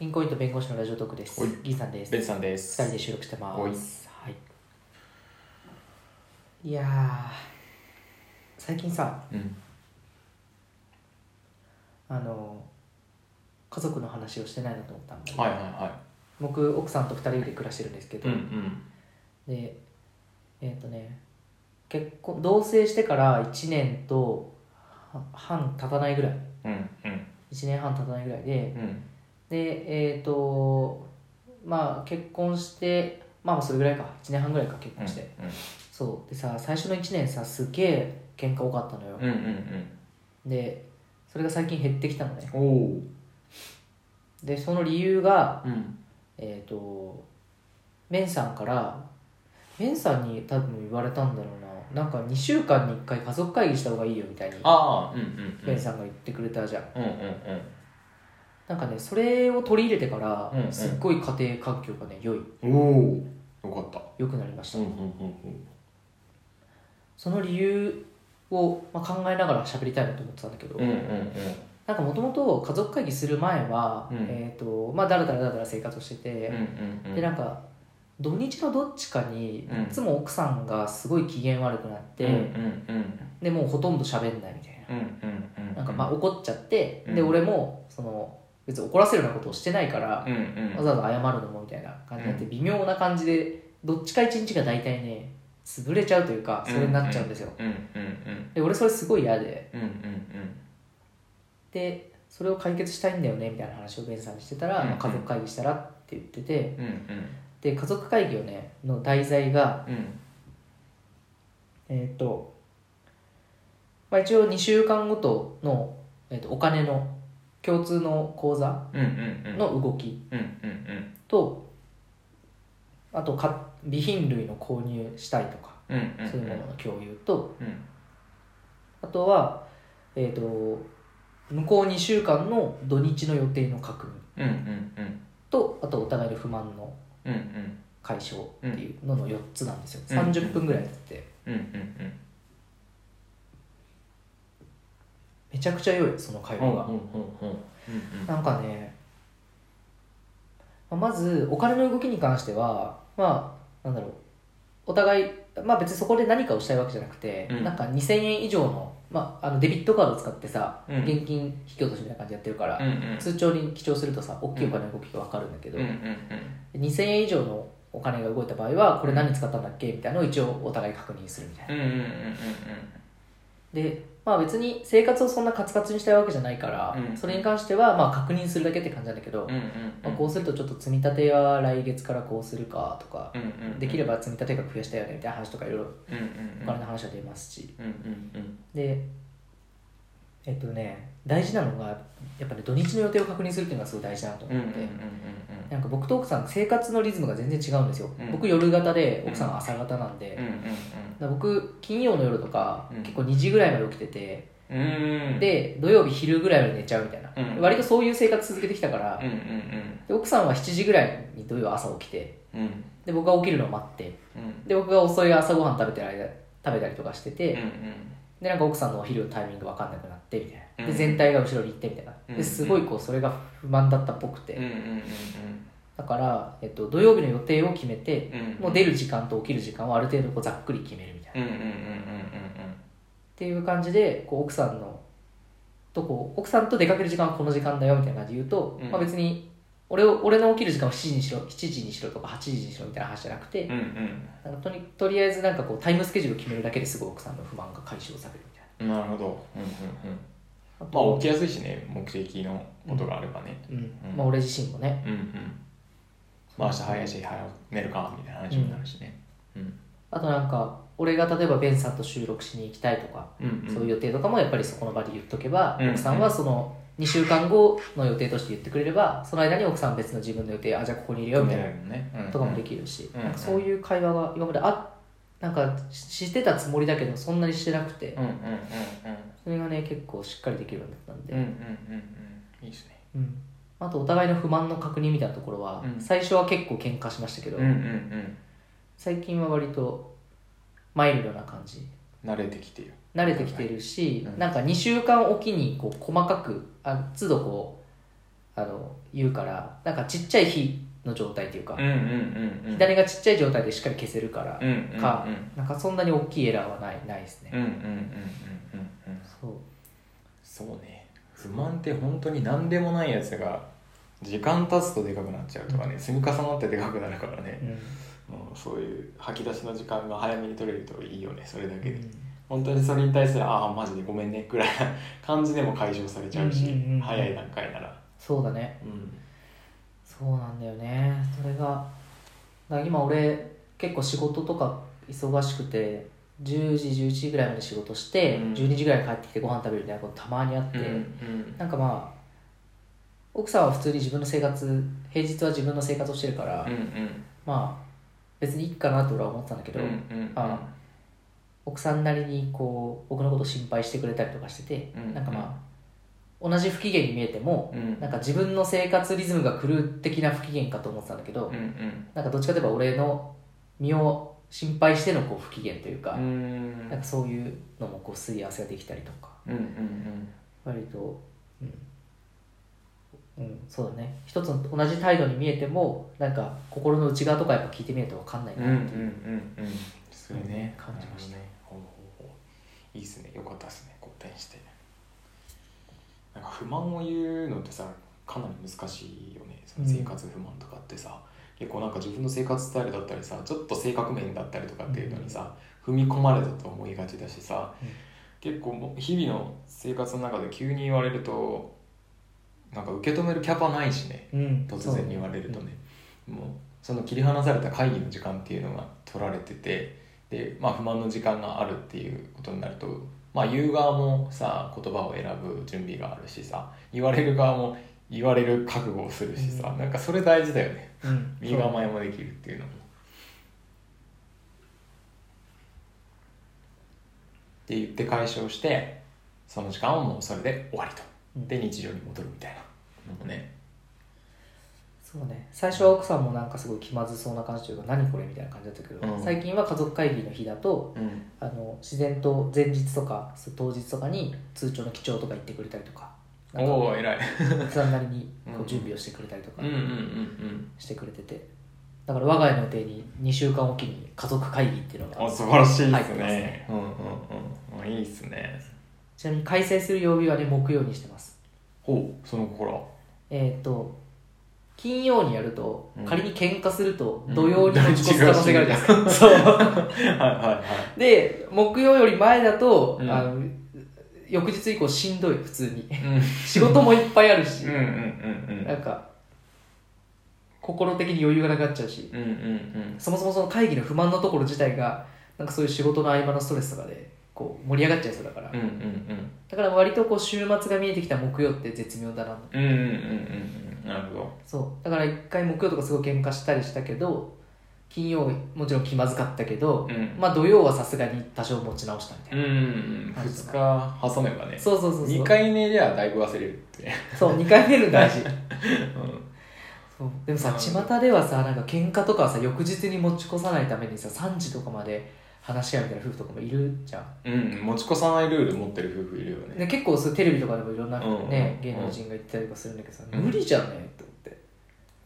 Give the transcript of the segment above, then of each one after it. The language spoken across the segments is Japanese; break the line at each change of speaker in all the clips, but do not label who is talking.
インコイント弁護士のラジオトークです
はい。
ギーさんです。
ベ
二
ンさんです。
人で収録してます。はい。いやー、最近さ、
うん。
あの、家族の話をしてないなと思ったんだけど
はいはいは
僕、奥さんと二人で暮らしてるんですけ
い。
ど、
うんうん。
で、えっ、とね、結婚、同棲してから1年とは半経たないぐらい、
うんうん
1年半経たないぐらいで、
うん。
でえっ、とまあ結婚してまあまあそれぐらいか1年半ぐらいか結婚して、そうでさ最初の1年さすげえ喧嘩多かったのよ
うん、うんうん
でそれが最近減ってきたのね
うん。おお。
でその理由が
うん。
えっ、とメンさんからメンさんに多分言われたんだろうななんか2週間に1回家族会議した方がいいよみたいに
ああ、うんうんうん。
メンさんが言ってくれたじゃん
うんうん
なんかねそれを取り入れてから、
うんうん
すっごい家庭環境がね良い
うん。おお。よかった。
良くなりました
うんうんうん
その理由を、まあ、考えながら喋りたいなと思ってたんだけど、
うん。うんうん
なんかもともと家族会議する前は、
うん
えっ、とまあだらだらだらだら生活をして
うん。
て、
うんうん。
でなんか土日のどっちかにい
うん
つも奥さんがすごい機嫌悪くなって、
うんうんうん。
でもうほとんど喋んないみたい
うんうんうん。
ななんかまあ怒っちゃって、
うん
で俺もその別に怒らせるようなことをしてないから
う、んうん。
わざわざ謝るのもみたいな感じになって
う
微妙な感じでどっちか一日が大体ね潰れちゃうというかそれになっちゃうんですよ、
うんうんうん。
で俺それすごい嫌で
うんうん
でそれを解決したいんだよねみたいな話をベンさんにしてたら、
うん
まあ家族会議したらって言ってて
うん。うんうん。
で家族会議をねの題材が
うん。
えっ、と、まあ、一応2週間ごとの、えー、とお金の共通の口座
うんうんうん。
の動き
うんうん
とあとか備品類の購入したいとか
うん。うんうん。
そういうものの共有と
うん
あとは、えっと向こう2週間の土日の予定の確認
うんうんうん。
とあとお互いの不満の
うんうん。
解消っていうのの4つなんですよ、
うん
30分ぐらいやってて
うんうん
めちゃくちゃ良いその会
うん。う
話
んうん
が、
うんうん。
なんかねまあまずお金の動きに関してはまあなんだろうお互いまあ別にそこで何かをしたいわけじゃなくて、
うん
なんか2000円以上の,、まあ、あのデビットカードを使ってさ、
うん
現金引き落としみたいな感じでやってるから、
うんうん。
通帳に記帳するとさ大きいお金の動きが分かるんだけど、
うんうん
2000円以上のお金が動いた場合はこれ何に使ったんだっけみたいなのを一応お互い確認するみたいな
うんうんうんうん
でまあ別に生活をそんなカツカツにしたいわけじゃないから、
うん
それに関してはまあ確認するだけって感じなんだけど、
うんうん
まあ、こうするとちょっと積み立ては来月からこうするかとか、
うんうん
できれば積み立て額増やしたいよねみたいな話とかいろいろ
うんうん
お金の話は出ますし、
うんうん
でえっとね大事なのがやっぱね土日の予定を確認するっていうのがすごい大事だなと
うんうんう
思
ん
って、なんか僕と奥さん生活のリズムが全然違うんですよ、
うん
僕夜型で奥さんは朝型なんで、
うんうん
だから僕金曜の夜とか、
うん
結構2時ぐらいまで起きてて
うんうんうん
で土曜日昼ぐらいまで寝ちゃうみたいな、
うん
割とそういう生活続けてきたから、
うんうん
で奥さんは7時ぐらいに土曜朝起きて
うんうん
で僕が起きるのを待って
うん
で僕が遅い朝ごはん食べてる間食べたりとかしてて、
うん
でなんか奥さんのお昼のタイミング分かんなくなってみたいな
う
で
ん
全体が後ろに行ってみたいな
う
で
ん
すごいこうそれが不満だったっぽくて、
うんうん
だから、えっと、土曜日の予定を決めて、
うんうん
もう出る時間と起きる時間をある程度こうざっくり決めるみたいな、
うんうんうんうん
っていう感じでこう奥さんのとこう奥さんと出かける時間はこの時間だよみたいな感じで言うと、
うん
まあ、別に俺を俺の起きる時間を7時にしろ7時にしろとか8時にしろみたいな話じゃなくて、
うん
なんかとにとりあえずなんかこうタイムスケジュールを決めるだけですごい奥さんの不満が解消されるみたい
うんなるほどうんうんうん
なあ
ま
と
あ起きやすいしね目的のことがあればね
うん
うん
まあ、俺自身もね
うんうんまあ明日早いし早く寝るかみたいな話になるしねうん
あとなんか俺が例えばベンさんと収録しに行きたいとか、
うん
そういう予定とかもやっぱりそこの場で言っとけば、
うん
奥さんはその2週間後の予定として言ってくれればその間に奥さん別の自分の予定あじゃあここにいるよみたいな
ね
とかもできるし、
うん
なんかそういう会話が今まであなんかししてたつもりだけどそんなにしてなくて、
うんうんうん
それがね結構しっかりできるようになったんで、
うんうんうんうんうんいいですね
うんあとお互いの不満の確認みたいなところは、
うん
最初は結構喧嘩しましたけど、
うんうんうん
最近は割とマイルドな感じ
慣れてきてる
慣れてきてるし、
うん
なんか2週間おきにこう細かくあ都度こうあの言うからなんかちっちゃい火の状態っていうか、
うんうんうんうん
左がちっちゃい状態でしっかり消せるから、
うんうんうん
かなんかそんなに大きいエラーはないないですね、
うんうんうんうんうんうん
そう
そうね不満って本当に何でもないやつが時間経つとでかくなっちゃうとかね積み重なってでかくなるからね、
うん
もうそういう吐き出しの時間が早めに取れるといいよねそれだけで、
うん
本当にそれに対するああマジでごめんねぐらいな感じでも解消されちゃうし、
うんうんうん
早い段階なら
そうだね
うん
そうなんだよねそれがだから今俺結構仕事とか忙しくて10時11時ぐらいまで仕事して、
うん
12時ぐらいに帰ってきてご飯食べるみたいなことたまにあって、なんかまあ奥さんは普通に自分の生活平日は自分の生活をしてるから、
うんうん
まあ別にいいかなって俺は思ってたんだけど、
うんうん
あ奥さんなりにこう僕のことを心配してくれたりとかしてて、
うん
なんかまあ同じ不機嫌に見えても、
うん
なんか自分の生活リズムが狂う的な不機嫌かと思ってたんだけど、
うんうん
なんかどっちかといえば俺の身を心配してのこう不機嫌というか、
うんうん
なんかそういうのもこうすり合わせができたりとか
うんうん
割とうん、うん、そうだね一つの同じ態度に見えてもなんか心の内側とかやっぱ聞いてみないと分かんない
うんう
なん
うん
っていう、
うんそうね
感じました
なるほどねほうほうほういいっすねよかったっすね好転してなんか不満を言うのってさかなり難しいよねその生活不満とかってさ、結構なんか自分の生活スタイルだったりさちょっと性格面だったりとかっていうのにさ、踏み込まれたと思いがちだしさ、
うん
結構もう日々の生活の中で急に言われるとなんか受け止めるキャパないしね、
うん
突然に言われるとね、もうその切り離された会議の時間っていうのが取られててで、まあ、不満の時間があるっていうことになると、まあ、言う側もさ言葉を選ぶ準備があるしさ言われる側も言われる覚悟をするしさ、
うん
なんかそれ大事だよね
そう、うん、
身構えもできるっていうのも。って言って解消してその時間はもうそれで終わりと
うん
で日常に戻るみたいなのもね
そうね最初は奥さんもなんかすごい気まずそうな感じというか何これみたいな感じだったけど、
うん
最近は家族会議の日だと
うん
あの自然と前日とかそう当日とかに通帳の記帳とか言ってくれたりとかなんか
おお偉い
奥さんなりにこ
う
うん準備をしてくれたりとか
うんうんうん
してくれててだから我が家の予定に2週間おきに家族会議っていうの
うんあ
が
素晴らしいで
入っ
す
て
ね
ますね
うんうんうんあいいですね
ちなみに開催する曜日はね木曜にしてます
ほうその心
えっ、と金曜にやると
うん
仮に喧嘩すると
うん
土曜に持ち越す可能性があるじゃないですか、そう
はいはいは
で木曜より前だと、
うん
あの翌日以降しんどい普通に
いうん
仕事もいっぱいあるし、
うんうんうん
なんか心的に余裕がなくなっちゃうし
うんうんうん
そもそもその会議の不満のところ自体がなんかそういう仕事の合間のストレスとかでこう盛り上がっちゃいそうだから、
うんうんうん
だから割とこう週末が見えてきた木曜って絶妙だな
うんうんうんうんなるほど
そうだから一回木曜とかすごい喧嘩したりしたけど金曜もちろん気まずかったけど、
うん
まあ土曜はさすがに多少持ち直したみたいな、
うんうん2日挟めばね
そうそうそうそう
2回目ではだいぶ忘れるって
そう2回目の 大事
うん
そうでもさ
うん
巷ではさなんか喧嘩とかはさ翌日に持ち越さないためにさ3時とかまで話し合うみたいな夫婦とかもいるじゃん
うん持ち越さないルール持ってる夫婦いるよね
で結構そうテレビとかでもいろんな、
うん
ね
うん
芸能人が言ってたりとかするんだけどさ、
うん
無理じゃねえと思って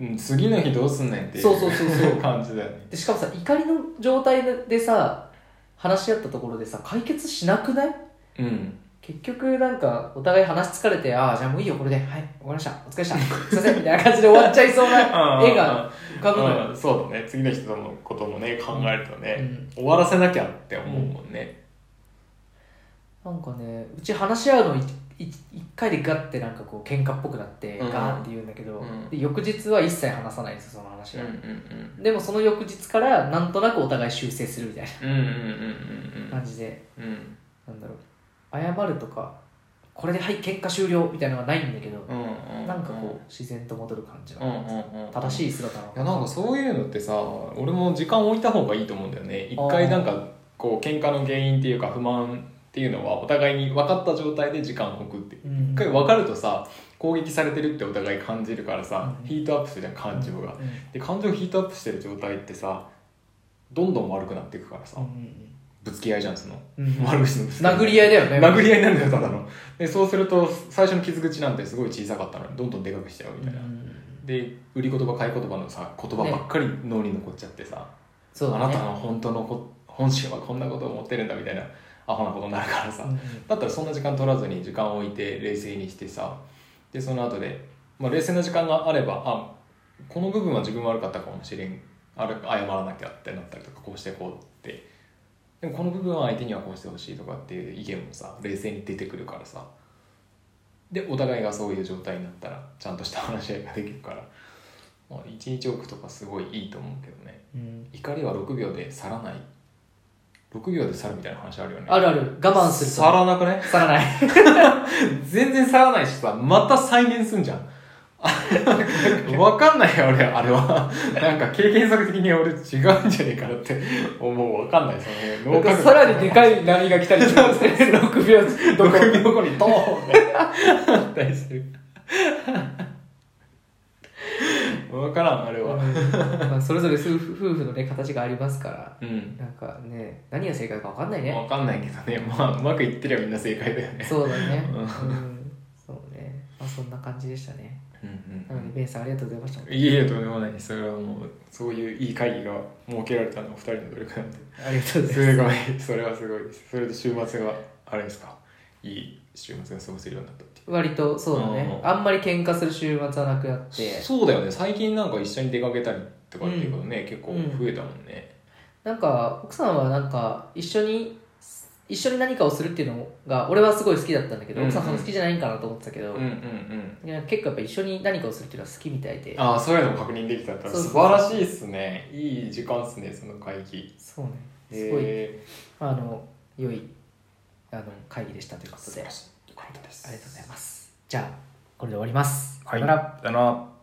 うん次の日どうすんねんってい
そうそうそうそう
感じだよね
でしかもさ怒りの状態でさ話し合ったところでさ解決しなくない
うん
結局なんかお互い話し疲れてああじゃあもういいよこれではい終わりましたお疲れでしたすいませんみたいな感じで終わっちゃいそうな絵が浮かぶのよ、
うん、そうだね次の人のこともね考えるとね、
うん
終わらせなきゃって思うもんね、
なんかねうち話し合うのいい一回でガッてなんかこう喧嘩っぽくなって
うん
ガーって言うんだけど、
うん
で翌日は一切話さないんですよその話は、
ん
でもその翌日からなんとなくお互い修正するみたい
うんうんうん
な感じで、
うんうん
なんだろう謝るとかこれではい喧嘩終了みたいなのはないんだけど、
うんうんうん
なんかこう自然と戻る感じが、
うんうんうん
正
い
しい姿なの
やなんかそういうのってさ俺も時間置いた方がいいと思うんだよね一回なんかこう喧嘩の原因っていうか不満っていうのはお互いに分かった状態で時間を置くっていう
うん
一回分かるとさ攻撃されてるってお互い感じるからさ、
うん
ヒートアップするじゃん感情が、で感情ヒートアップしてる状態ってさどんどん悪くなっていくからさ、
うんうんうん
ぶぶつけ合いじゃんその
うんうん
悪口のぶつけ
殴り合いだよね
殴り合いなんだよただのでそうすると最初の傷口なんてすごい小さかったのにどんどんでかくしちゃうみたいな、で売り言葉買い言葉のさ言葉ばっかり脳に残っちゃってさ、
そうだ
あな
ね
たの本当のこ本心はこんなことを思ってるんだみたいなアホなことになるからさ、
うんうん
だったらそんな時間取らずに時間を置いて冷静にしてさでその後で、まあ、冷静な時間があればあこの部分は自分悪かったかもしれんあれ謝らなきゃってなったりとかこうしてこうってでもこの部分は相手にはこうしてほしいとかっていう意見もさ冷静に出てくるからさでお互いがそういう状態になったらちゃんとした話し合いができるから、まあ、1日置くとかすごいいいと思うけどね
うん
怒りは6秒で去らない6秒で去るみたいな話あるよね
あるある我慢すると
去らなくね
去らない
全然去らないしさ、また再現すんじゃん。わかんないよ、俺、あれは。なんか経験則的に俺違うんじゃねえかなって思う。わかんない、その
なん
辺。
かさらにでか
い。
い波が来たりするんですね6秒どこ
6秒後にドーンってなったりする。わからん、あれは。
まあそれぞれ夫婦夫婦のね形がありますから
うん。
なんかね何が正解か分かんないね
わかんないけどね、まあ、うまくいってりゃみんな正解だよね。
そうだね
う
うんんそうねまあそんな感じでしたね
うん
なのでベンさんありがとうございました
いえいえ、とんでもない。それはもう、そういういい会議が設けられたのは二人の努力なんで。
ありがとうございます
すごい、それはすごいです。それで週末が、あれですか、いい週末が過ごせるようになったっていう。
割とそうだね
うん
あんまり喧嘩する週末はなくなって
そうだよね、最近なんか一緒に出かけたりとかっていうことね、結構増えたもんね。
なんか奥さんはなんか一緒に一緒に何かをするっていうのが俺はすごい好きだったんだけど、
うんうん
奥さんその好きじゃないんかなと思ってたけど、
うんうんうん。
いや結構やっぱ一緒に何かをするっていうのは好きみたいで
ああ、そういうのも確認できたったら
そうそ
素
う
晴らしいっすね。いい時間っすね、その会議。
そうねすごい、
えー、
あの良いあの会議でしたということで
素晴
あ
らしい。よかったです。
りがとうございますじゃあこれで終わります、
はい。
さよなら
さよなら